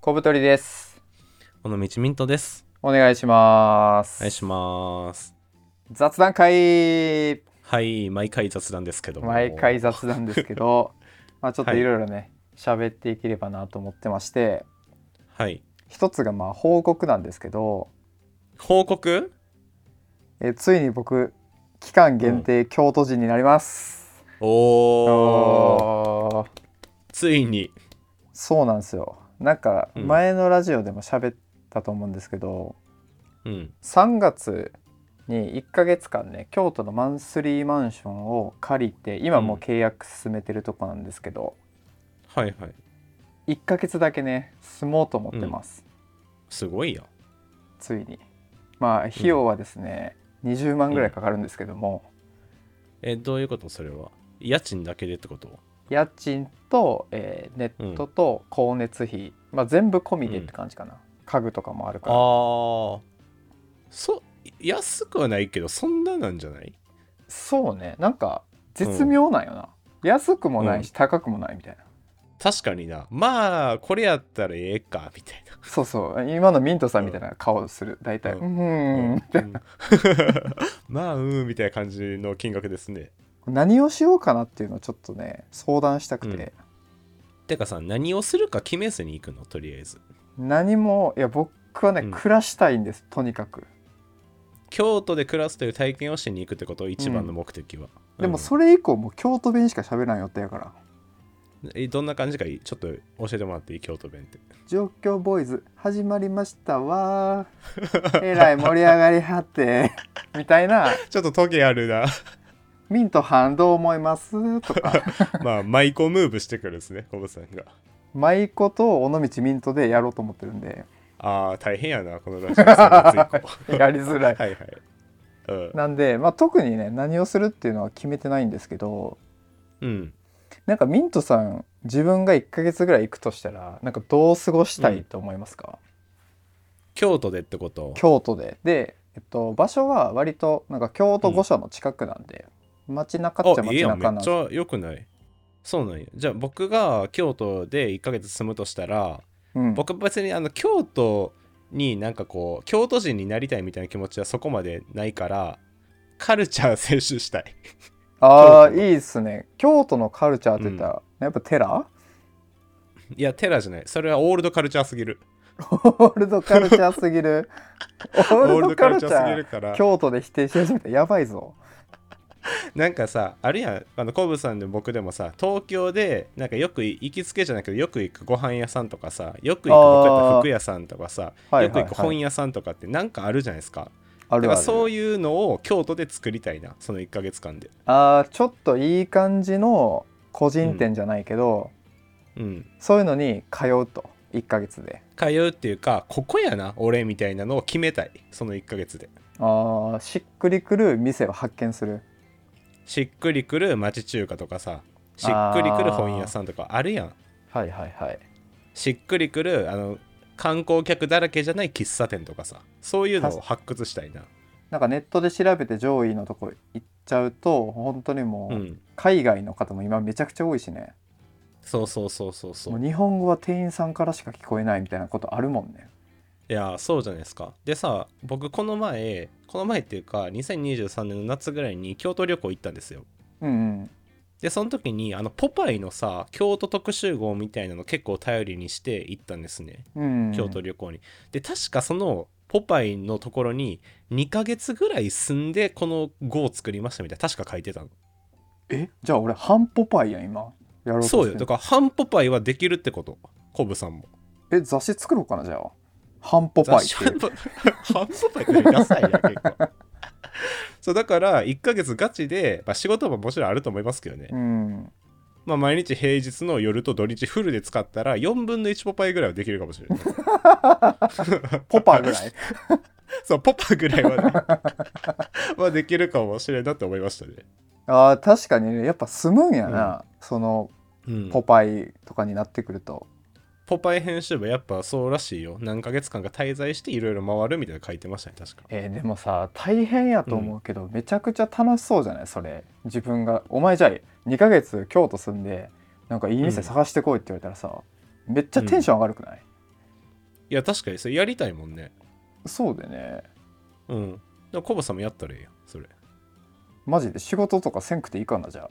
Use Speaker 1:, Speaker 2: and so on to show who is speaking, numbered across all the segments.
Speaker 1: 小太りです。
Speaker 2: この道ミントです。
Speaker 1: お願いします。
Speaker 2: お願いします。
Speaker 1: 雑談会
Speaker 2: はい、毎回雑談ですけども。
Speaker 1: 毎回雑談ですけど、 まあちょっといろいろね、喋、っていければなと思ってまして、
Speaker 2: はい。
Speaker 1: 一つがまあ報告なんですけど、
Speaker 2: 報告
Speaker 1: えついに僕期間限定京都人になります。
Speaker 2: おお
Speaker 1: おー
Speaker 2: ついに。
Speaker 1: そうなんですよ。なんか
Speaker 2: うん
Speaker 1: 前のラジオでも喋ったと思うんですけど、
Speaker 2: うん。
Speaker 1: 3月に1ヶ月間ね京都のマンスリーマンションを借りて今もう契約進めてるとこなんですけど、
Speaker 2: はいはい。
Speaker 1: 1ヶ月だけね住もうと思ってます、
Speaker 2: すごいよ。
Speaker 1: ついにまあ費用はですね、20万ぐらいかかるんですけども、
Speaker 2: え、どういうことそれは。家賃だけでってこと
Speaker 1: 家賃と、えーネットと光熱費、まあ、全部込みでって感じかな、家具とかもあるから
Speaker 2: ああ。そ、安くはないけど、そんななんじゃない
Speaker 1: そうねなんか絶妙なんよな、安くもないし高くもないみたいな、
Speaker 2: 確かにな。まあ、これやったらええか、みたいな。
Speaker 1: そうそう今のミントさんみたいな顔する大体う
Speaker 2: うん
Speaker 1: んん
Speaker 2: まあ、うん、みたいな感じの金額ですね。
Speaker 1: 何をしようかなっていうのをちょっとね相談したくて、
Speaker 2: てかさ、何をするか決めずに行くの、とりあえず。
Speaker 1: 何もいや僕はね、
Speaker 2: うん
Speaker 1: 暮らしたいんですとにかく
Speaker 2: 京都で暮らすという体験をしに行くってことを一番の目的は、
Speaker 1: で
Speaker 2: う
Speaker 1: も
Speaker 2: ん
Speaker 1: それ以降もう京都弁しか喋らん予定やから
Speaker 2: えどんな感じかいちょっと教えてもらっていい京都弁って
Speaker 1: 「状況ボーイズ始まりました わー」えらい盛り上がりはってみたいな
Speaker 2: ちょっとトゲある な
Speaker 1: 「ミントはんどう思います?」と か
Speaker 2: まあ舞妓ムーブしてくるんですね小ブさんが
Speaker 1: 舞妓と尾道ミントでやろうと思ってるんで
Speaker 2: あー大変やなこのラジオ3月以降
Speaker 1: やりづらい
Speaker 2: はいはいうん
Speaker 1: なんで、まあ、特にね何をするっていうのは決めてないんですけど
Speaker 2: うん
Speaker 1: なんかミントさん自分が1ヶ月ぐらい行くとしたらなんかどう過ごしたいと思いますか、
Speaker 2: 京都でってこと
Speaker 1: 京都でで、えっと、場所は割となんか京都御所の近くなんで、街中っちゃ
Speaker 2: あい
Speaker 1: 街
Speaker 2: いやんめ
Speaker 1: 中
Speaker 2: っ
Speaker 1: なん
Speaker 2: ち
Speaker 1: で
Speaker 2: ゃ良くないそうなんやじゃあ僕が京都で1ヶ月住むとしたら
Speaker 1: うん
Speaker 2: 僕別にあの京都になんかこう京都人になりたいみたいな気持ちはそこまでないからカルチャー摂取したい
Speaker 1: ああい
Speaker 2: 京都
Speaker 1: いっすね京都のカルチャーって言ったら、やっぱ寺
Speaker 2: いやテラじゃないそれはオールドカルチャーすぎる
Speaker 1: オールドカルチャーすぎ るオールドカルチ
Speaker 2: オールドカルチャーすぎ
Speaker 1: ャ
Speaker 2: るから
Speaker 1: ー京都で否定し始めたやばいぞ
Speaker 2: なんかさあるやんあのコブさんでも僕でもさ東京でなんかよくい行きつけじゃなくてよく行くご飯屋さんとかさよく行
Speaker 1: あー
Speaker 2: く僕やったら服屋さんとかさ
Speaker 1: はい
Speaker 2: よ
Speaker 1: はい
Speaker 2: く行
Speaker 1: はい
Speaker 2: く本屋さんとかってなんかあるじゃないですか
Speaker 1: あ
Speaker 2: だ
Speaker 1: る
Speaker 2: か
Speaker 1: あ
Speaker 2: ら
Speaker 1: る
Speaker 2: そういうのを京都で作りたいなその1ヶ月間で
Speaker 1: あーちょっといい感じの個人店じゃないけど、
Speaker 2: うん
Speaker 1: そういうのに通うと1ヶ月で
Speaker 2: 通うっていうかここやな俺みたいなのを決めたいその1ヶ月で
Speaker 1: あーしっくりくる店を発見する
Speaker 2: しっくりくる町中華とかさしっくりくる本屋さんとかあるやん
Speaker 1: はいはいはい
Speaker 2: しっくりくるあの観光客だらけじゃない喫茶店とかさそういうのを発掘したいな
Speaker 1: なんかネットで調べて上位のとこ行っちゃうと本当にも
Speaker 2: う
Speaker 1: うん海外の方も今めちゃくちゃ多いしね、
Speaker 2: そうそうそうそうそ
Speaker 1: も
Speaker 2: う
Speaker 1: う日本語は店員さんからしか聞こえないみたいなことあるもんね
Speaker 2: いやそうじゃないですかでさ僕この前この前っていうか2023年の夏ぐらいに京都旅行行ったんですよ
Speaker 1: うん
Speaker 2: でその時にあのポパイのさ京都特集号みたいなの結構頼りにして行ったんですね
Speaker 1: うん、うん、
Speaker 2: 京都旅行に、で確かそのポパイのところに2ヶ月ぐらい住んでこの号を作りましたみたいな確か書いてたの
Speaker 1: えじゃあ俺半ポパイやん今やろうとして
Speaker 2: そうよ
Speaker 1: る
Speaker 2: だから半ポパイはできるってことコブさんも
Speaker 1: え雑誌作ろうかなじゃあ半ポパイっていう
Speaker 2: 半ポ 半ポパイってダサいな結構そうだから1ヶ月ガチで、まあ、仕事ももちろんあると思いますけどね、
Speaker 1: うん
Speaker 2: まあ、毎日平日の夜と土日フルで使ったら4分の1ポパイぐらいはできるかもしれ ない
Speaker 1: ポパぐら い
Speaker 2: そうポパイぐらいはね まあできるかもしれんなって思いましたね
Speaker 1: あー確かにねやっぱ住むんやな、その
Speaker 2: うん
Speaker 1: ポパイとかになってくると、
Speaker 2: ポパイ編集部やっぱそうらしいよ何ヶ月間か滞在していろいろ回るみたいなの書いてましたね確か
Speaker 1: えーでもさ大変やと思うけど、めちゃくちゃ楽しそうじゃないそれ自分がお前じゃあ2ヶ月京都住んでなんかいい店探してこいって言われたらさ、めっちゃテンション上がるくない、
Speaker 2: いや確かにそれやりたいもんね
Speaker 1: そうでね
Speaker 2: うんでもコブさんもやったらいいよそれ
Speaker 1: マジで仕事とかせんくていいかなじゃあ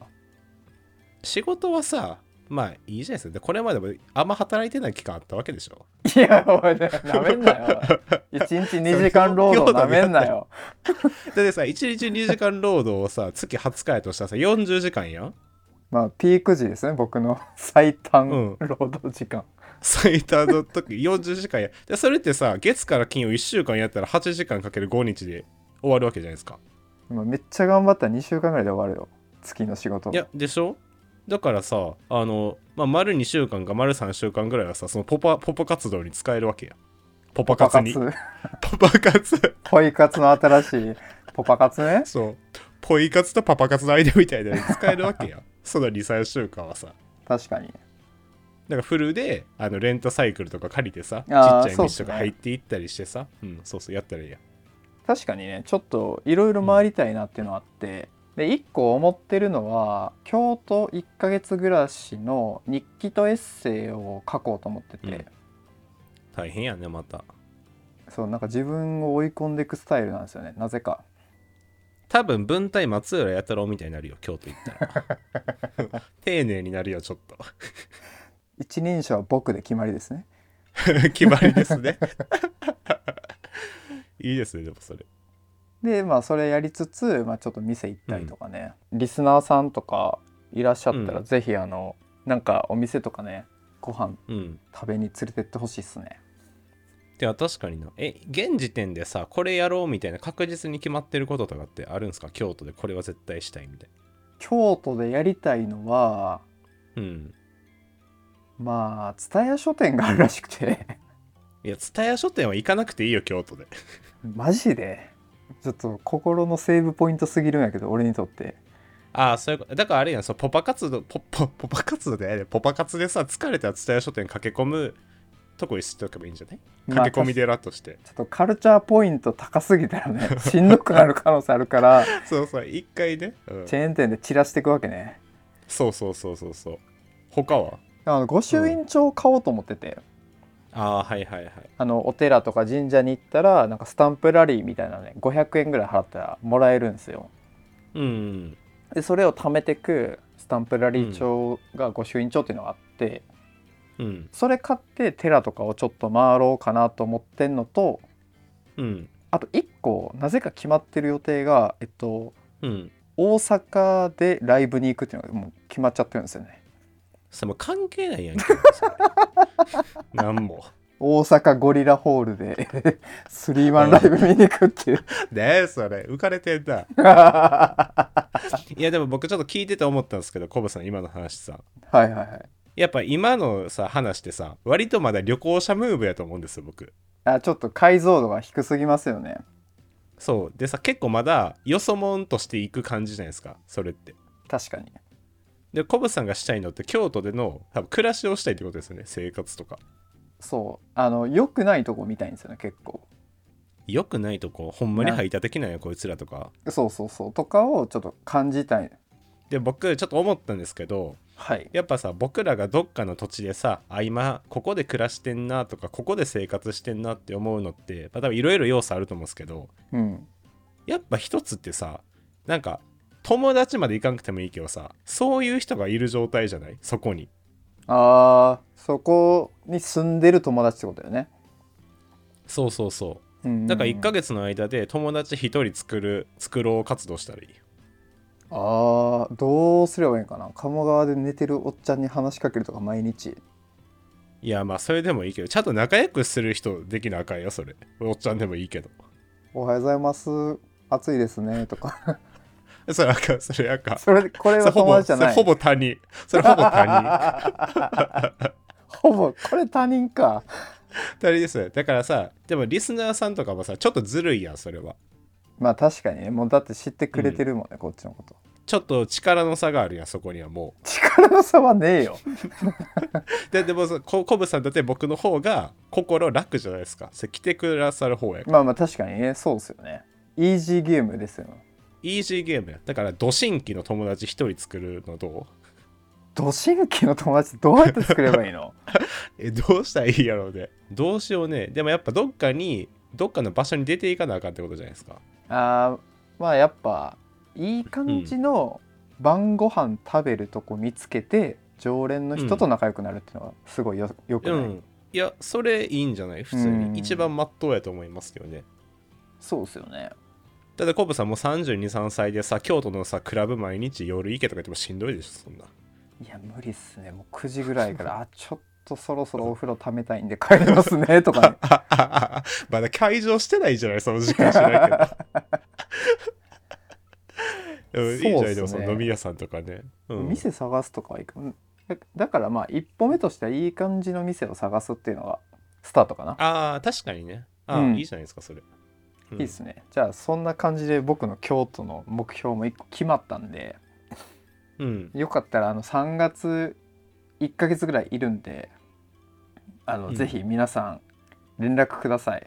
Speaker 2: 仕事はさまあいいじゃないですかでこれまでもあんま働いてない期間あったわけでしょ
Speaker 1: いやおいなめんな よおい一日2時間労働なめんなよ
Speaker 2: だってさ1日2時間労働をさ 月20日やとしたらさ40時間やん
Speaker 1: まあピーク時ですね僕 の最
Speaker 2: うん
Speaker 1: 短労働時間、
Speaker 2: 最多の時40時 間やでそれってさ月から金を1週間やったら8時間かける5日で終わるわけじゃないですか
Speaker 1: まあめっちゃ頑張ったら2週間ぐらいで終わるよ月の仕事
Speaker 2: いやでしょだからさあの、まあ、丸2週間か丸3週間ぐらいはさそのポパポパ活動に使えるわけやポパ
Speaker 1: ポパ
Speaker 2: 活
Speaker 1: 活
Speaker 2: にポパ活
Speaker 1: ポイ活の新しいポパ活ね
Speaker 2: そうポイ活とパパ活の間みたいなのに使えるわけや その23週間はさ
Speaker 1: 確かに
Speaker 2: だからフルであのレンタサイクルとか借りてさちっち
Speaker 1: あー
Speaker 2: ゃいミッシ
Speaker 1: そうっ
Speaker 2: ョ
Speaker 1: す
Speaker 2: ン
Speaker 1: ね
Speaker 2: が入っていったりしてさうんそうそうやったらいいや
Speaker 1: 確かにねちょっといろいろ回りたいなっていうのはあって、で1個思ってるのは京都1ヶ月暮らしの日記とエッセイを書こうと思ってて、
Speaker 2: うん大変やねまた
Speaker 1: そうなんか自分を追い込んでいくスタイルなんですよねなぜか
Speaker 2: 多分文体松浦弥太郎みたいになるよ京都行っ たら丁寧になるよちょっと
Speaker 1: 一人称は僕で決まりですね
Speaker 2: 決まりですねいいですねでもそれ
Speaker 1: でまあそれやりつつ、まあ、ちょっと店行ったりとかね、リスナーさんとかいらっしゃった
Speaker 2: う
Speaker 1: ら
Speaker 2: ん
Speaker 1: ぜひあの、なんかお店とかねご飯
Speaker 2: うん
Speaker 1: 食べに連れてってほしいっすね
Speaker 2: では確かになえ現時点でさこれやろうみたいな確実に決まってることとかってあるんですか京都でこれは絶対したいみたい
Speaker 1: 京都でやりたいのは
Speaker 2: なうん
Speaker 1: まあ蔦屋書店があるらしくて
Speaker 2: いや蔦屋書店は行かなくていいよ京都で
Speaker 1: マジでちょっと心のセーブポイントすぎるんやけど俺にとって
Speaker 2: ああそういうことだからあれやんそうポパ活動ポポポパ活動であれポパ活でさ疲れたら蔦屋書店駆け込むとこにしておけばいいんじゃない
Speaker 1: まあ
Speaker 2: 駆け込み寺として
Speaker 1: ちょっとカルチャーポイント高すぎた らねしんどくなる可能性あるから
Speaker 2: そうそう、一回ね、うん
Speaker 1: チェーン店で散らしていくわけね
Speaker 2: そうそうそうそうそう。他は
Speaker 1: あの御朱印帳を買おうと思ってて、
Speaker 2: ああ、はいはいはい。
Speaker 1: あのお寺とか神社に行ったらなんかスタンプラリーみたいなね500円ぐらい払ったらもらえるんですよ
Speaker 2: うん。
Speaker 1: でそれを貯めてくスタンプラリー帳が御朱印帳っていうのがあって、
Speaker 2: うん。
Speaker 1: それ買って寺とかをちょっと回ろうかなと思ってんのと
Speaker 2: うん。
Speaker 1: あと1個なぜか決まってる予定が、えっと、
Speaker 2: うん。
Speaker 1: 大阪でライブに行くっていうのがもう決まっちゃってるんですよね
Speaker 2: さ、もう関係ないやんけ。なんも。
Speaker 1: 大阪ゴリラホールで スリーマンライブ見に行くっていう
Speaker 2: ねえ、それ。浮かれてんな。いや、でも僕ちょっと聞いてて思ったんですけど、コブさん、今の話さ。
Speaker 1: はいはいはい
Speaker 2: やっぱ今のさ、話ってさ、割とまだ旅行者ムーブやと思うんですよ、僕。
Speaker 1: あちょっと解像度が低すぎますよね
Speaker 2: そう。でさ、結構まだ、よそもんとしていく感じじゃないですか、それって。
Speaker 1: 確かに
Speaker 2: で、コブさんがしたいのって、京都での、多分暮らしをしたいってことですよね、生活とか。
Speaker 1: そうあの良くないとこ見たいんですよね結構
Speaker 2: 良くないとこほんまに排他的なんやこいつらとか
Speaker 1: そうそうそうとかをちょっと感じたい
Speaker 2: で僕ちょっと思ったんですけど
Speaker 1: はい
Speaker 2: やっぱさ僕らがどっかの土地でさあ今ここで暮らしてんなとかここで生活してんなって思うのってまあ多分いろいろ要素あると思うんですけど
Speaker 1: うん
Speaker 2: やっぱ一つってさなんか友達までいかなくてもいいけどさそういう人がいる状態じゃないそこに
Speaker 1: あーそこに住んでる友達ってことだよね
Speaker 2: そうそうそ
Speaker 1: うんうんう
Speaker 2: うんだから1ヶ月の間で友達1人作る作ろう活動したらいいよ
Speaker 1: あーどうすればいいんかな鴨川で寝てるおっちゃんに話しかけるとか毎日
Speaker 2: いやまあそれでもいいけどちゃんと仲良くする人できなあかんよそれおっちゃんでもいいけど
Speaker 1: 「おはようございます暑いですね」と か
Speaker 2: それあかんそれあかん
Speaker 1: それこれは
Speaker 2: それほ
Speaker 1: 友
Speaker 2: ぼ
Speaker 1: 達じ
Speaker 2: そ
Speaker 1: ゃ
Speaker 2: れ
Speaker 1: ない
Speaker 2: ほぼ他人それほぼ他人
Speaker 1: ほぼこれ他人か
Speaker 2: 他人ですだからさでもリスナーさんとかもさちょっとずるいやんそれは
Speaker 1: まあ確かにねもうだって知ってくれてるもんね、こっちのこと
Speaker 2: ちょっと力の差があるやんそこにはも
Speaker 1: 力の差はねえよ
Speaker 2: うででもさこコブさんだって僕の方が心楽じゃないですかそれ来てくださる方やから
Speaker 1: まあまあ確かにねそうですよねイージーゲームですよ
Speaker 2: イージーゲームやだからド新規の友達一人作るのどう
Speaker 1: ド神経の友達どうやって作ればいいの
Speaker 2: えどうしたらいいやろうねどうしようねでもやっぱどっかにどっかの場所に出ていかなあかんってことじゃないですか
Speaker 1: あーまあやっぱいい感じの晩ご飯食べるとこ見つけて常連の人と仲良くなるっていうのはすごいよよく
Speaker 2: う
Speaker 1: ない、
Speaker 2: んいやそれいいんじゃない普通
Speaker 1: うん
Speaker 2: に一番まっとうやと思いますけどね
Speaker 1: そうですよね
Speaker 2: ただコブさんもう323歳でさ京都のさクラブ毎日夜行けとか言ってもしんどいでしょそんない
Speaker 1: や無理っすねもう9時ぐらいからあちょっとそろそろお風呂ためたいんで帰ります ねとか、ね、
Speaker 2: ああああ まだ会場してないじゃないその時間しないけ どうんいいじゃないで
Speaker 1: そうっ
Speaker 2: も
Speaker 1: す
Speaker 2: そ
Speaker 1: ね
Speaker 2: の飲み屋さんとかね、うん、
Speaker 1: 店探すとかはいくうんだだからまあ一歩目としてはいい感じの店を探すっていうのがスタートかな
Speaker 2: ああ確かにねああ、
Speaker 1: うん
Speaker 2: いいじゃないですかそれ、うん
Speaker 1: いいですね。じゃあそんな感じで僕の京都の目標も一個決まったんで、
Speaker 2: うん
Speaker 1: よかったらあの3月1ヶ月ぐらいいるんで、あの、
Speaker 2: うん
Speaker 1: ぜひ皆さん連絡ください。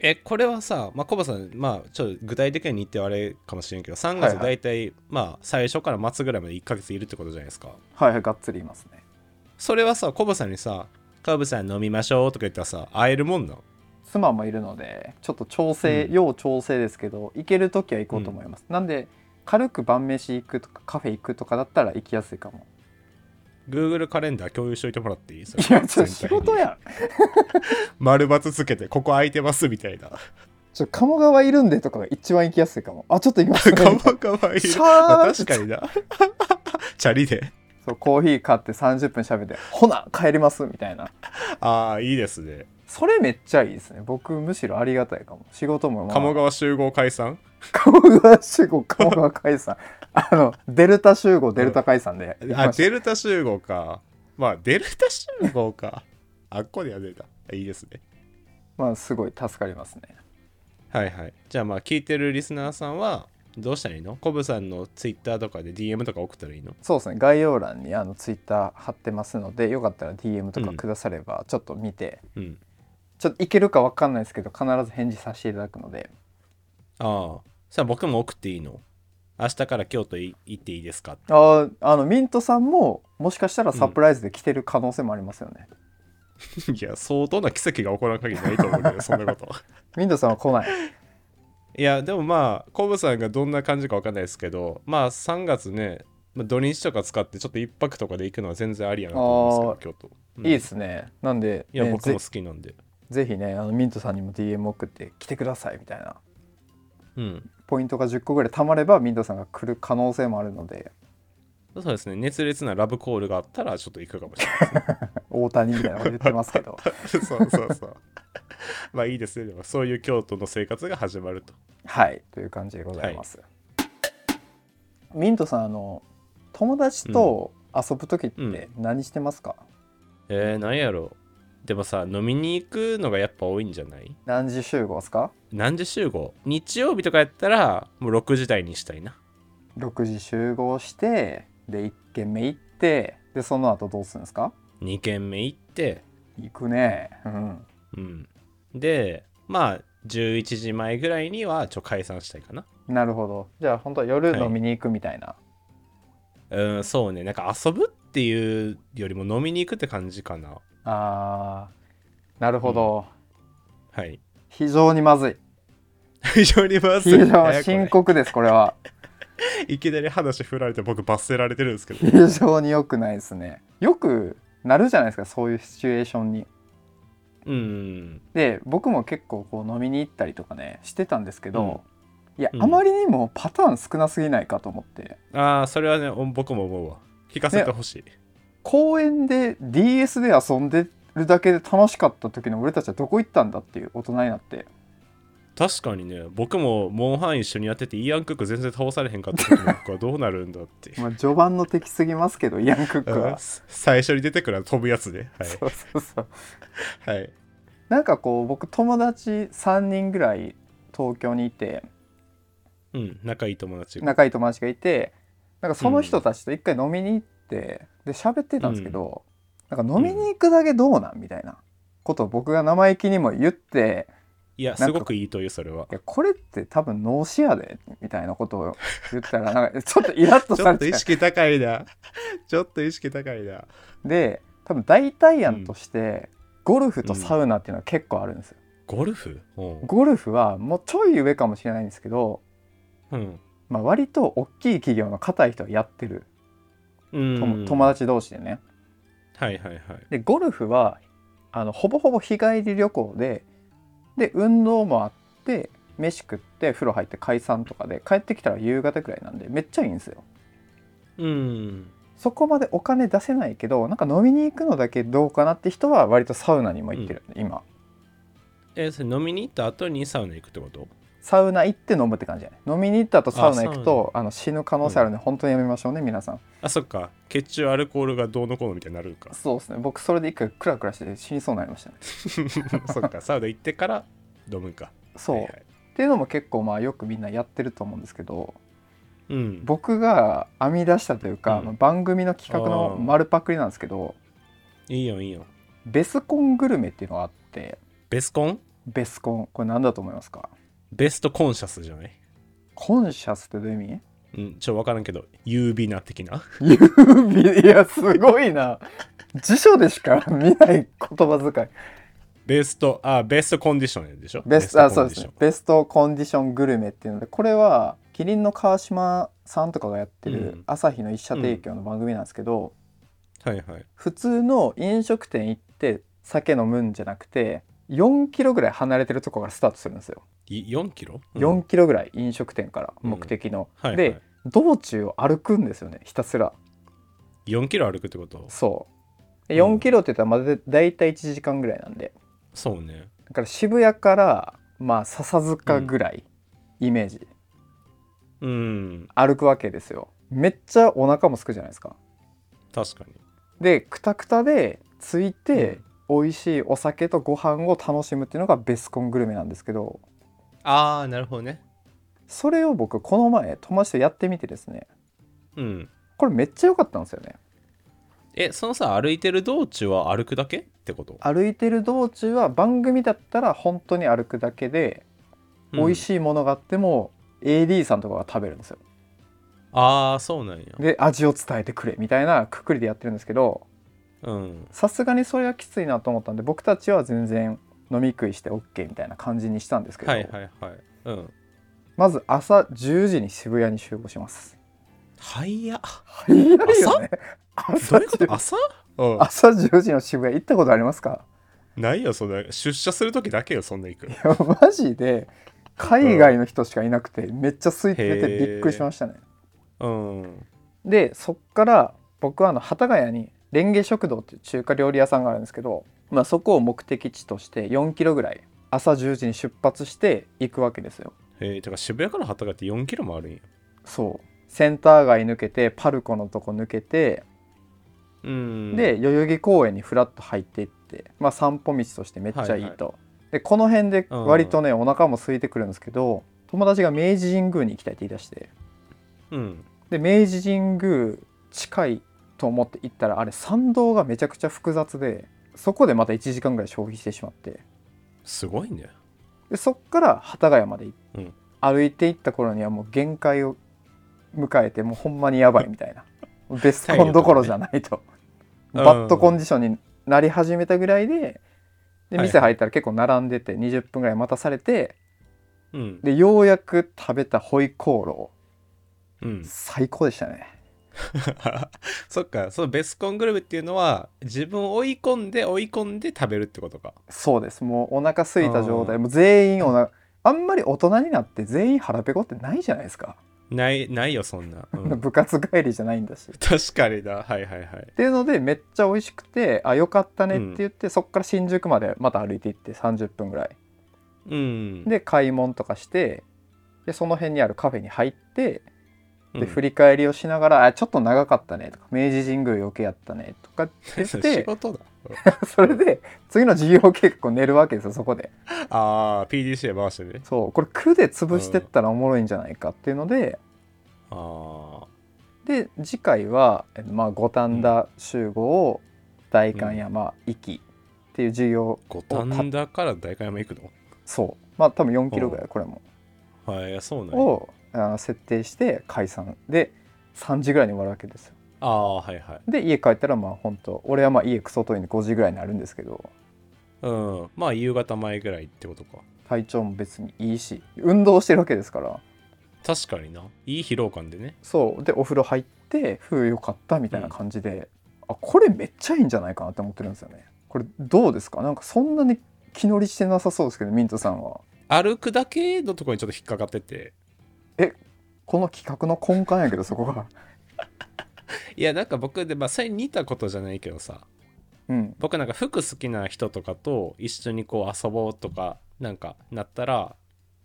Speaker 2: えこれはさ、まあ、コバさん、まあ、ちょっと具体的な日程はあれかもしれんけど
Speaker 1: は
Speaker 2: 3
Speaker 1: い
Speaker 2: 月
Speaker 1: はい
Speaker 2: 大体、まあ、最初から末ぐらいまで1ヶ月いるってことじゃないですか
Speaker 1: はいはいがっつりいますね。
Speaker 2: それはさコバさんにさ「コブさん飲みましょう」とか言ったらさ会えるもんなの
Speaker 1: 妻もいるのでちょっと調整、
Speaker 2: うん
Speaker 1: 要調整ですけど行ける時は行こうと思います。なんで軽く晩飯行くとかカフェ行くとかだったら行きやすいかも。
Speaker 2: Google カレンダー共有しといてもらっていいそれ
Speaker 1: いやちょっと仕
Speaker 2: 全体に
Speaker 1: 事やん。
Speaker 2: 丸×つけてここ空いてますみたいな
Speaker 1: ちょ鴨川いるんでとかが一番行きやすいかも。あちょっと行きますね。
Speaker 2: かわかわい い
Speaker 1: シャー
Speaker 2: まあ確かにな チャリで
Speaker 1: そうコーヒー買って30分喋って「ほな帰ります」みたいな
Speaker 2: ああいいですね
Speaker 1: それめっちゃいいですね僕むしろありがたいかも仕事も、まあ、
Speaker 2: 鴨川集合解散
Speaker 1: 鴨川集合鴨川解散 あのデルタ集合デルタ解散で行き
Speaker 2: あ
Speaker 1: ましょう
Speaker 2: デルタ集合かまあデルタ集合かあっこでやれたいいですね
Speaker 1: まあすごい助かりますね
Speaker 2: はいはいじゃあまあ聞いてるリスナーさんはどうしたらいいのコブさんのツイッターとかで DM とか送ったらいいの
Speaker 1: そうですね概要欄にあのツイッター貼ってますのでよかったら DM とかくださればちょっと見て、
Speaker 2: うん
Speaker 1: ちょっといけるかわかんないですけど必ず返事させていただくので
Speaker 2: ああさあ僕も送っていいの明日から京都い行っていいですか
Speaker 1: あーあのミントさんももしかしたらサプライズで来てる可能性もありますよね、
Speaker 2: いや相当な奇跡が起こらん限りないと思うけ どそんなこと
Speaker 1: ミントさんは来ない
Speaker 2: いやでもまあコブさんがどんな感じかわかんないですけどまあ3月ね、まあ、土日とか使ってちょっと一泊とかで行くのは全然ありやなと思うんですけど京都、うん
Speaker 1: いいですね。なんで、
Speaker 2: いや
Speaker 1: ね
Speaker 2: 僕
Speaker 1: ぜ
Speaker 2: も好きなんで
Speaker 1: ぜひねあのミントさんにも DM 送って来てくださいみたいな
Speaker 2: うん
Speaker 1: ポイントが10個ぐらい貯まればミントさんが来る可能性もあるので
Speaker 2: そうですね熱烈なラブコールがあったらちょっと行くかもしれ ない
Speaker 1: 大谷みたいなこと言ってますけど
Speaker 2: そうそうそうまあいいですねでもそういう京都の生活が始まると
Speaker 1: はいという感じでございます、ミントさんあの友達と遊ぶ時っ
Speaker 2: う
Speaker 1: て
Speaker 2: ん
Speaker 1: 何してますか、
Speaker 2: えー、何やろうでもさ飲みに行くのがやっぱ多いんじゃない
Speaker 1: 何時集合ですか
Speaker 2: 何時集合日曜日とかやったらもう6時台にしたいな
Speaker 1: 6時集合してで1軒目行ってでその後どうするんですか
Speaker 2: 2軒目行って
Speaker 1: 行くねうん
Speaker 2: うん、でまあ11時前ぐらいにはちょ解散したいかな
Speaker 1: なるほどじゃあ本当は夜飲みに行くみたいな、
Speaker 2: うんそうねなんか遊ぶっていうよりも飲みに行くって感じかな
Speaker 1: あーなるほど、
Speaker 2: はい
Speaker 1: 非常にまずい
Speaker 2: 非常にバス
Speaker 1: 非常に深刻ですこれは
Speaker 2: いきなり話振られて僕罰せられてるんですけど
Speaker 1: 非常に良くないですねよくなるじゃないですかそういうシチュエーションに
Speaker 2: うん
Speaker 1: で僕も結構こう飲みに行ったりとかねしてたんですけど、いや、
Speaker 2: うん
Speaker 1: あまりにもパターン少なすぎないかと思って
Speaker 2: ああそれはねお僕も思うわ聞かせてほしい、
Speaker 1: 公園で DS で遊んでるだけで楽しかった時の俺たちはどこ行ったんだっていう大人になって
Speaker 2: 確かにね僕もモンハン一緒にやっててイアン・クック全然倒されへんかった時の僕はどうなるんだっていう
Speaker 1: まあ序盤の敵すぎますけどイアン・クック
Speaker 2: うん
Speaker 1: は、
Speaker 2: 最初に出てくるのは飛ぶやつで、はい
Speaker 1: そうそうそう
Speaker 2: はい、
Speaker 1: なんかこう僕友達3人ぐらい東京にいて
Speaker 2: うん仲いい友達が
Speaker 1: 仲いい友達がいてなんかその人たちと一回飲みに行って、で喋ってたんですけど、なんか飲みに行くだけどうなんみたいなことを僕が生意気にも言って
Speaker 2: いや
Speaker 1: なん
Speaker 2: す
Speaker 1: か
Speaker 2: ごくいいというそれはい
Speaker 1: やこれって多分脳死やでみたいなことを言ったらなんか ちょっとイラッと
Speaker 2: ち
Speaker 1: さ
Speaker 2: ょ
Speaker 1: れ
Speaker 2: っと
Speaker 1: て
Speaker 2: 意識高いな ちょっと意識高いな
Speaker 1: で多分代替案として、ゴルフとサウナっていうのは結構あるんですよ、
Speaker 2: ゴルフうん
Speaker 1: ゴルフはもうちょい上かもしれないんですけど、
Speaker 2: うん
Speaker 1: まあ、割と大きい企業の硬い人はやってる、とも
Speaker 2: うん
Speaker 1: 友達同士でね
Speaker 2: はいはいはい
Speaker 1: でゴルフはあのほぼほぼ日帰り旅行でで運動もあって飯食って風呂入って解散とかで帰ってきたら夕方くらいなんでめっちゃいいんですよ
Speaker 2: うん
Speaker 1: そこまでお金出せないけどなんか飲みに行くのだけどうかなって人は割とサウナにも行ってる、今
Speaker 2: えそれ飲みに行った後にサウナ行くってこと
Speaker 1: サウナ行って飲むって感じじゃない飲みに行った後サウナ行く
Speaker 2: あサ
Speaker 1: とあの死ぬ可能性あるんで、本当にやめましょうね皆さん
Speaker 2: あそっか血中アルコールがどうのこうのみたいになるか
Speaker 1: そうですね僕それで一回クラクラして死にそうになりましたね
Speaker 2: そっかサウナ行ってから飲むか
Speaker 1: そう、
Speaker 2: はいはい
Speaker 1: っていうのも結構まあよくみんなやってると思うんですけど
Speaker 2: うん
Speaker 1: 僕が編み出したというか、
Speaker 2: うん
Speaker 1: まあ番組の企画の丸パクリなんですけど
Speaker 2: いいよいいよ
Speaker 1: ベスコングルメっていうのがあって
Speaker 2: ベスコン
Speaker 1: ベスコンこれ何だと思いますか
Speaker 2: ベストコンシャスじゃない
Speaker 1: コンシャスってどういう意味
Speaker 2: うんちょっと分からんけど優美な的な
Speaker 1: 指 いやすごいな辞書でしか見ない言葉遣い
Speaker 2: ベストあベストコンディションでしょ
Speaker 1: ベストあ
Speaker 2: コ
Speaker 1: そう
Speaker 2: ン
Speaker 1: で
Speaker 2: デ
Speaker 1: す
Speaker 2: ィショ
Speaker 1: ね
Speaker 2: ン
Speaker 1: ベストコンディショングルメっていうのでこれはキリンの川島さんとかがやって
Speaker 2: う
Speaker 1: る
Speaker 2: ん
Speaker 1: 朝日の一社提供の番組なんですけど、
Speaker 2: はいはい
Speaker 1: 普通の飲食店行って酒飲むんじゃなくて4キロぐらい離れてるとこからスタートするんですよ、
Speaker 2: い4キロ、うん
Speaker 1: 4キロぐらい飲食店から目的の、
Speaker 2: はいはい、
Speaker 1: で道中を歩くんですよねひたすら
Speaker 2: 4キロ歩くってこと
Speaker 1: そうで
Speaker 2: う
Speaker 1: 4
Speaker 2: ん
Speaker 1: キロって言ったらまあだだいたい1時間ぐらいなんで
Speaker 2: そうね
Speaker 1: だから渋谷からまあ笹塚ぐらいイメージ、
Speaker 2: うん
Speaker 1: 歩くわけですよめっちゃお腹もすくじゃないですか
Speaker 2: 確かに
Speaker 1: でくたくたで着いて
Speaker 2: う、
Speaker 1: 美味しいお酒とご飯を楽しむっていうのがベスコングルメなんですけど
Speaker 2: ああなるほどね
Speaker 1: それを僕この前友達とやってみてですね
Speaker 2: うん
Speaker 1: これめっちゃ良かったんですよね
Speaker 2: えそのさ歩いてる道中は歩くだけってこと
Speaker 1: 歩いてる道中は番組だったら本当に歩くだけで、美味
Speaker 2: い、
Speaker 1: しいものがあっても AD さんとかが食べるんですよ
Speaker 2: ああそうなんや
Speaker 1: で味を伝えてくれみたいなくくりでやってるんですけど
Speaker 2: うん
Speaker 1: さすがにそれはきついなと思ったんで僕たちは全然飲み食いして OK みたいな感じにしたんですけど、
Speaker 2: はいはいはいうん
Speaker 1: まず朝10時に渋谷に集合します
Speaker 2: 早っ
Speaker 1: 早いよね
Speaker 2: ど
Speaker 1: 朝
Speaker 2: ういうこと
Speaker 1: 10
Speaker 2: 朝うん
Speaker 1: 朝10時の渋谷行ったことありますか
Speaker 2: ないよそんな出社する時だけよそんな行く
Speaker 1: いや マジで海外の人しかいなくて、めっちゃ空いててびっくりしましたね
Speaker 2: うん
Speaker 1: でそっから僕はあの幡ヶ谷にレンゲ食堂っていう中華料理屋さんがあるんですけど、まあ、そこを目的地として4キロぐらい朝10時に出発して行くわけですよ
Speaker 2: えー、てか渋谷から畑って4キロもあるんや
Speaker 1: そうセンター街抜けてパルコのとこ抜けて、
Speaker 2: うん
Speaker 1: で代々木公園にフラッと入っていって、まあ、散歩道としてめっちゃいいと、でこの辺で割とね、お腹も空いてくるんですけど友達が明治神宮に行きたいって言い出して
Speaker 2: うん
Speaker 1: で明治神宮近いと思って行ったらあれ参道がめちゃくちゃ複雑でそこでまた1時間ぐらい消費してしまって
Speaker 2: すごいね
Speaker 1: でそっから幡ヶ谷まで行っ
Speaker 2: うん
Speaker 1: 歩いて行った頃にはもう限界を迎えてもうほんまにやばいみた いなベスコンどころじゃないと、
Speaker 2: うん
Speaker 1: バッドコンディションになり始めたぐらいでで
Speaker 2: はい
Speaker 1: 店入ったら結構並んでて20分ぐらい待たされて
Speaker 2: うん
Speaker 1: でようやく食べたホイコーロ
Speaker 2: うん
Speaker 1: ー最高でしたね
Speaker 2: そっかそのベスコングルメっていうのは自分を追い込んで追い込んで食べるってことか
Speaker 1: そうですもうお腹空いた状態
Speaker 2: う
Speaker 1: もう全員おなあんまり大人になって全員腹ペコってないじゃないですか、
Speaker 2: ないないよそんな、う ん
Speaker 1: 部活帰りじゃないんだしっ
Speaker 2: 確かにだはいはいはい
Speaker 1: ていうのでめっちゃ美味しくてあよかったねって言って、そっから新宿までまた歩いて行って30分ぐらい
Speaker 2: うん
Speaker 1: で買い物とかしてでその辺にあるカフェに入って
Speaker 2: うん
Speaker 1: で振り返りをしながら、あちょっと長かったねとか明治神宮余計やったねとかって 言っ
Speaker 2: 仕
Speaker 1: て
Speaker 2: 事だ
Speaker 1: それで次の事業計画を練るわけですよそこで
Speaker 2: ああ PDCA 回してね
Speaker 1: そうこれ区で潰してったらおもろいんじゃないかっていうので、
Speaker 2: ああ
Speaker 1: で次回は、えっとまあ、五反田集合を代官山行きっていう授業
Speaker 2: 五反田から代官山行くの
Speaker 1: そうまあ多分4キロぐらいこれも、
Speaker 2: はい、いやそうなんや
Speaker 1: をあ設定して解散で3時ぐらいに終わるわけですよ
Speaker 2: ああはいはい
Speaker 1: で家帰ったらまあ本当俺はまあ家クソ遠いんで5時ぐらいになるんですけど
Speaker 2: うんまあ夕方前ぐらいってことか
Speaker 1: 体調も別にいいし運動してるわけですから
Speaker 2: 確かにないい疲労感でね
Speaker 1: そうでお風呂入って風良かったみたいな感じで、あこれめっちゃいいんじゃないかなって思ってるんですよねこれどうですかなんかそんなに気乗りしてなさそうですけどミントさんは
Speaker 2: 歩くだけのところにちょっと引っかかってて
Speaker 1: この企画の根幹やけどそこが
Speaker 2: いやなんか僕でまあそれに似たことじゃないけどさ
Speaker 1: うん
Speaker 2: 僕なんか服好きな人とかと一緒にこう遊ぼうとかなんかなったら、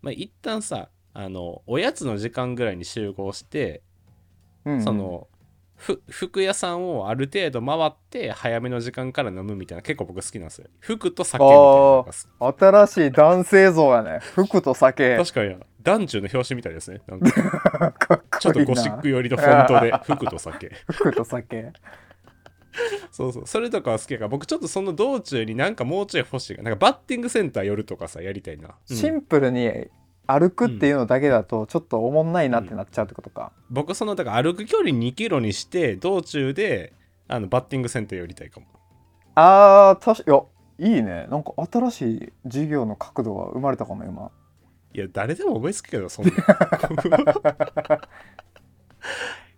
Speaker 2: まあ、一旦さあのおやつの時間ぐらいに集合して、
Speaker 1: うんうん
Speaker 2: そのふ服屋さんをある程度回って早めの時間から飲むみたいな結構僕好きなんですよ服と酒みたいなのが好き
Speaker 1: 新しい男性像やね服と酒
Speaker 2: 確かに男女の表紙みたいですねなんか
Speaker 1: かっ
Speaker 2: ちょっ
Speaker 1: こい
Speaker 2: と
Speaker 1: いな
Speaker 2: ゴシック寄りのフォン トで服と酒
Speaker 1: 服と酒
Speaker 2: そうそうそれとかは好きやから僕ちょっとその道中になんかもうちょい欲しいがなんかバッティングセンター寄るとかさやりたいな、うん
Speaker 1: シンプルに歩くっていうのだけだとちょっとおもんないなってなっちゃうってことか、
Speaker 2: 僕そのだから歩く距離2キロにして道中であのバッティングセンター寄りたいかも
Speaker 1: あー確かいやいいねなんか新しい事業の角度が生まれたかも今
Speaker 2: いや誰でも思いつくけど そんない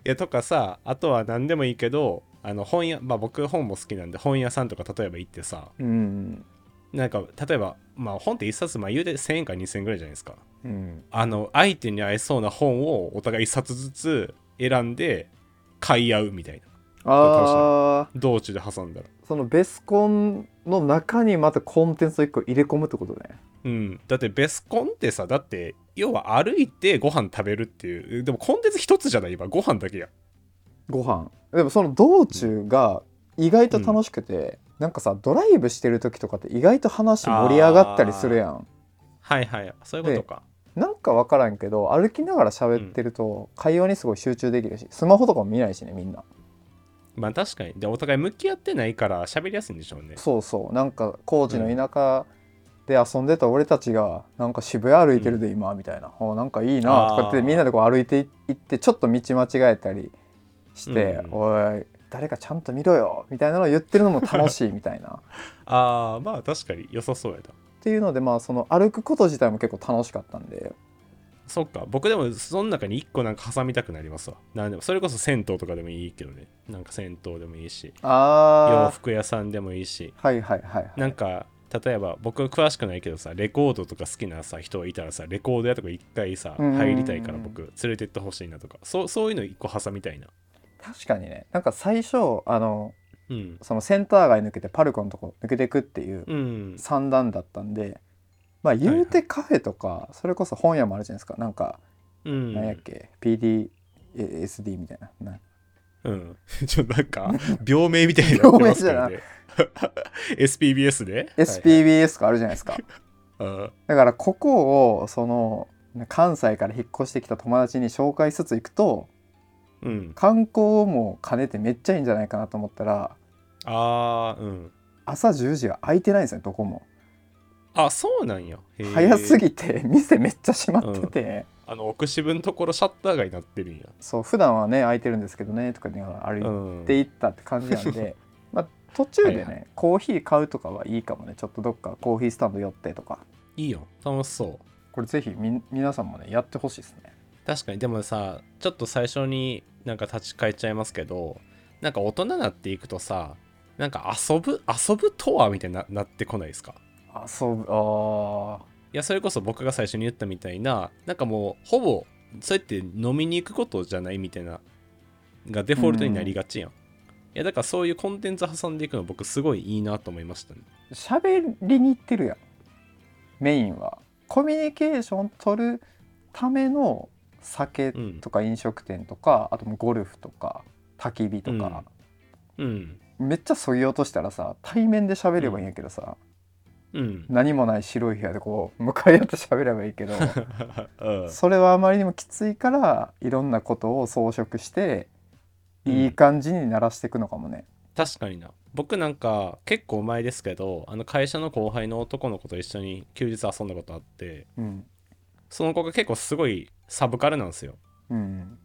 Speaker 2: やとかさあとは何でもいいけどあの本屋まあ僕本も好きなんで本屋さんとか例えば行ってさ
Speaker 1: うん
Speaker 2: なんか例えばまあ本って1冊まあ言うで1000円か2000円ぐらいじゃないですか
Speaker 1: うん
Speaker 2: あの相手に合いそうな本をお互い1冊ずつ選んで買い合うみたいな
Speaker 1: ああ
Speaker 2: 道中で挟んだら
Speaker 1: そのベスコンの中にまたコンテンツを一個入れ込むってことね
Speaker 2: うん、だってベスコンってさだって要は歩いてご飯食べるっていうでもコンテンツ一つじゃない今ご飯だけや
Speaker 1: ご飯でもその道中が意外と楽しくて、なんかさドライブしてる時とかって意外と話盛り上がったりするやん
Speaker 2: はいはいそういうことか
Speaker 1: なんか分からんけど歩きながら喋ってると会話にすごい集中できるしスマホとかも見ないしねみんな
Speaker 2: まあ確かにでお互い向き合ってないから喋りやすいんでしょうね
Speaker 1: そうそうなんか高知の田舎で遊んでた俺たちがなんか渋谷歩いてるで今みたいな、おなんかいいな
Speaker 2: あー
Speaker 1: とかってみんなでこう歩いていってちょっと道間違えたりして「
Speaker 2: うん
Speaker 1: おい誰かちゃんと見ろよ」みたいなのを言ってるのも楽しいみたいなっ
Speaker 2: ああまあ確かに良さそうやな
Speaker 1: ていうのでまあその歩くこと自体も結構楽しかったんで
Speaker 2: そっか僕でもその中に一個なんか挟みたくなりますわなんでもそれこそ銭湯とかでもいいけどねなんか銭湯でもいいし洋
Speaker 1: ああ
Speaker 2: 服屋さんでもいいし
Speaker 1: はいはいはいはい
Speaker 2: なんか例えば僕詳しくないけどさレコードとか好きなさ人がいたらさレコード屋とか一回さ
Speaker 1: うん
Speaker 2: 入りたいから僕連れてってほしいなとかそうそういうの一個挟みたいな
Speaker 1: 確かにねなんか最初あの
Speaker 2: うん
Speaker 1: そのセンター街抜けてパルコのとこ抜けていくっていう
Speaker 2: うん
Speaker 1: 三段だったんでまあ
Speaker 2: はい
Speaker 1: 言うてカフェとかそれこそ本屋もあるじゃないですかなんか
Speaker 2: う
Speaker 1: なんやっ
Speaker 2: ん、
Speaker 1: け PDSD みたいなな
Speaker 2: うん、 ちょっとなんか病名みたいにな
Speaker 1: 病
Speaker 2: って
Speaker 1: 名
Speaker 2: ます
Speaker 1: じ
Speaker 2: け
Speaker 1: ゃな
Speaker 2: どね SPBS で
Speaker 1: SPBS とかあるじゃないですか
Speaker 2: はいはい
Speaker 1: だからここをその関西から引っ越してきた友達に紹介しつつ行くと
Speaker 2: うんうん
Speaker 1: 観光も兼ねてめっちゃいいんじゃないかなと思ったら
Speaker 2: あーうん
Speaker 1: 朝10時は空いてないんですよどこも
Speaker 2: あそうなんやへー
Speaker 1: 早すぎて 店めっちゃ閉まってて
Speaker 2: あの奥渋のところシャッター街になってるんや
Speaker 1: そう普段はね空いてるんですけどねとかね歩いて
Speaker 2: うん
Speaker 1: っていったって感じなん でまあ途中でね、
Speaker 2: はいは
Speaker 1: コーヒー買うとかはいいかもねちょっとどっかコーヒースタンド寄ってとか
Speaker 2: いいよ楽しそう
Speaker 1: これぜひみ皆さんもねやってほしいですね
Speaker 2: 確かにでもさちょっと最初になんか立ち返っちゃいますけどなんか大人になっていくとさなんか遊ぶ遊ぶとはみたいにななってこないですか
Speaker 1: 遊ぶあ
Speaker 2: いやそれこそ僕が最初に言ったみたいななんかもうほぼそうやって飲みに行くことじゃないみたいながデフォルトになりがちやん、いやだからそういうコンテンツ挟んでいくの僕すごいいいなと思いましたね
Speaker 1: ー喋りに行ってるやんメインはコミュニケーション取るための酒とか飲食店とか、あともうゴルフとか焚き火とか、
Speaker 2: うん
Speaker 1: めっちゃそぎ落としたらさ対面で喋ればいいんやけどさ、
Speaker 2: うん、
Speaker 1: 何もない白い部屋でこう向かい合って喋ればいいけ ど
Speaker 2: うん
Speaker 1: それはあまりにもきついからいろんなことを装飾して
Speaker 2: うん
Speaker 1: いい感じに鳴らしていくのかもね、
Speaker 2: 確かにな僕なんか結構前ですけどあの会社の後輩の男の子と一緒に休日遊んだことあって
Speaker 1: うん
Speaker 2: その子が結構すごいサブカルなんですよ
Speaker 1: うん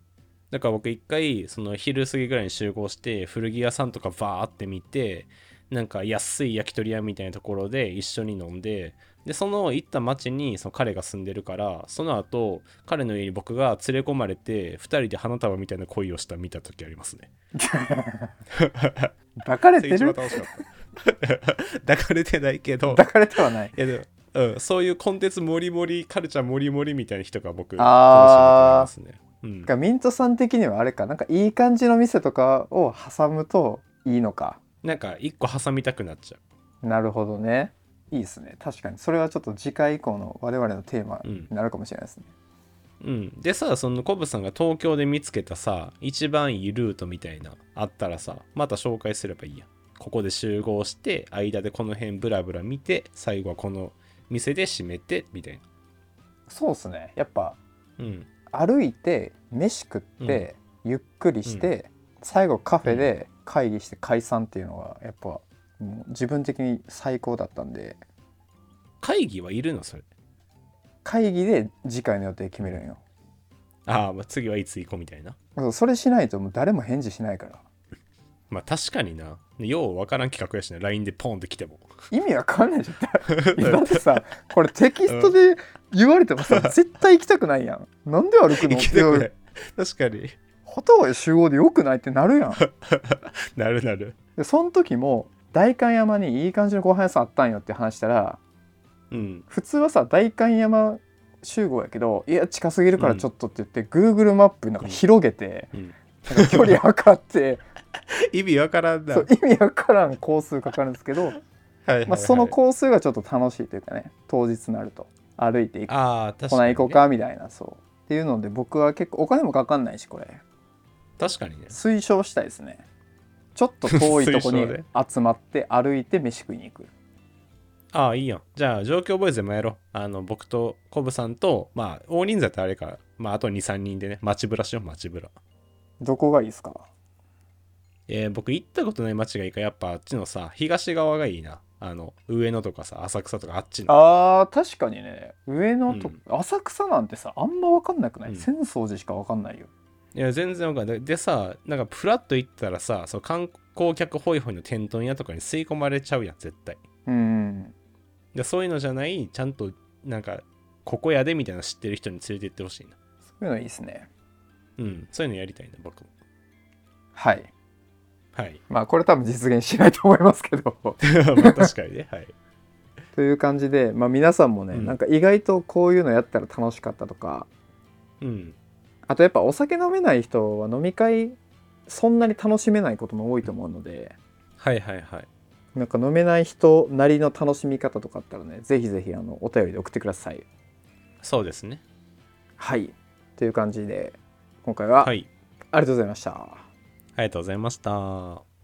Speaker 2: だから僕一回その昼過ぎぐらいに集合して古着屋さんとかバーって見てなんか安い焼き鳥屋みたいなところで一緒に飲んででその行った町にその彼が住んでるからその後彼の家に僕が連れ込まれて2人で花束みたいな恋をした見た時ありますね。
Speaker 1: 抱かれて
Speaker 2: そ
Speaker 1: る
Speaker 2: れ一番楽しかった 抱かれてないけど
Speaker 1: 抱かれてはない
Speaker 2: いやでも、うん、そういうコンテンツもりもりカルチャーもりもりみたいな人が僕楽しい
Speaker 1: あー
Speaker 2: なと思いますね。うん
Speaker 1: なんかミントさん的にはあれかなんかいい感じの店とかを挟むといいのか
Speaker 2: なんか一個挟みたくなっちゃ
Speaker 1: なるほどねいいですね確かにそれはちょっと次回以降の我々のテーマになるかもしれないですね、
Speaker 2: う。うん、でさそのコブさんが東京で見つけたさ一番いいルートみたいなあったらさまた紹介すればいいやんここで集合して間でこの辺ブラブラ見て最後はこの店で締めてみたいな。
Speaker 1: そうですねやっぱ
Speaker 2: うん、
Speaker 1: 歩いて飯食って、ゆっくりして、最後カフェで会議して解散っていうのがやっぱもう自分的に最高だったんで
Speaker 2: 会議はいるのそれ。
Speaker 1: 会議で次回の予定決めるんよ
Speaker 2: あーまあ次はいつ行こうみたいな。
Speaker 1: そうそれしないともう誰も返事しないから
Speaker 2: まあ確かにな。ようわからん企画やしな LINE でポンって来 ても。
Speaker 1: 意味わかんないじ ゃんだってさこれテキストで言われても さ、絶対行きたくないやんなんで歩くの
Speaker 2: 行きたく
Speaker 1: い
Speaker 2: な
Speaker 1: や
Speaker 2: い確かに
Speaker 1: ホタワイ集合でよくないってなるやん
Speaker 2: なるなる
Speaker 1: でその時も代官山にいい感じのご飯屋さんあったんよって話したら
Speaker 2: うん
Speaker 1: 普通はさ代官山集合やけどいや近すぎるからちょっとって言って Google マップなんか広げて、
Speaker 2: うん
Speaker 1: なんか距離測 って、
Speaker 2: 意味わからんな
Speaker 1: そう意味わからん工数かかるんですけど、
Speaker 2: はいはいはい
Speaker 1: まあ、その工数がちょっと楽しいというかね当日になると歩いていく
Speaker 2: ああ確かに、ね、
Speaker 1: こない行こうかみたいなそうっていうので僕は結構お金もかかんないしこれ
Speaker 2: 確かにね
Speaker 1: 推奨したいですねちょっと遠いとこに
Speaker 2: 推奨ね
Speaker 1: 集まって歩いて飯食いに行く
Speaker 2: ああいいやんじゃあ状況ボーイズでもやろうあの僕とコブさんとまあ大人数だってあれからまああと23人でね街ブラしよう街ブラ
Speaker 1: どこがいいですか
Speaker 2: えー、僕行ったことない街がいいからやっぱあっちのさ東側がいいなあの上野とかさ浅草とかあっちの
Speaker 1: あー確かにね上野と、
Speaker 2: うん
Speaker 1: 浅草なんてさあんま分かんなくない、
Speaker 2: うん
Speaker 1: 浅草寺しか分かんないよ
Speaker 2: いや全然わかんないでさなんかフラッと行ったらさそう観光客ホイホイの天丼屋とかに吸い込まれちゃうやん絶対
Speaker 1: うん
Speaker 2: でそういうのじゃないちゃんとなんかここやでみたいなの知ってる人に連れて行ってほしいな
Speaker 1: そういうのいいですね
Speaker 2: うんそういうのやりたいな僕も
Speaker 1: はい
Speaker 2: はい、
Speaker 1: まあこれ多分実現しないと思いますけど
Speaker 2: まあ、確かにねはい
Speaker 1: という感じで、まあ、皆さんもね、
Speaker 2: うん
Speaker 1: なんか意外とこういうのやったら楽しかったとか
Speaker 2: うん
Speaker 1: あとやっぱお酒飲めない人は飲み会そんなに楽しめないことも多いと思うので
Speaker 2: はいはいはい
Speaker 1: なんか飲めない人なりの楽しみ方とかあったらねぜひぜひあのお便りで送ってください
Speaker 2: そうですね
Speaker 1: はいという感じで今回は
Speaker 2: は
Speaker 1: あり
Speaker 2: い
Speaker 1: がとうございました、
Speaker 2: ありがとうございました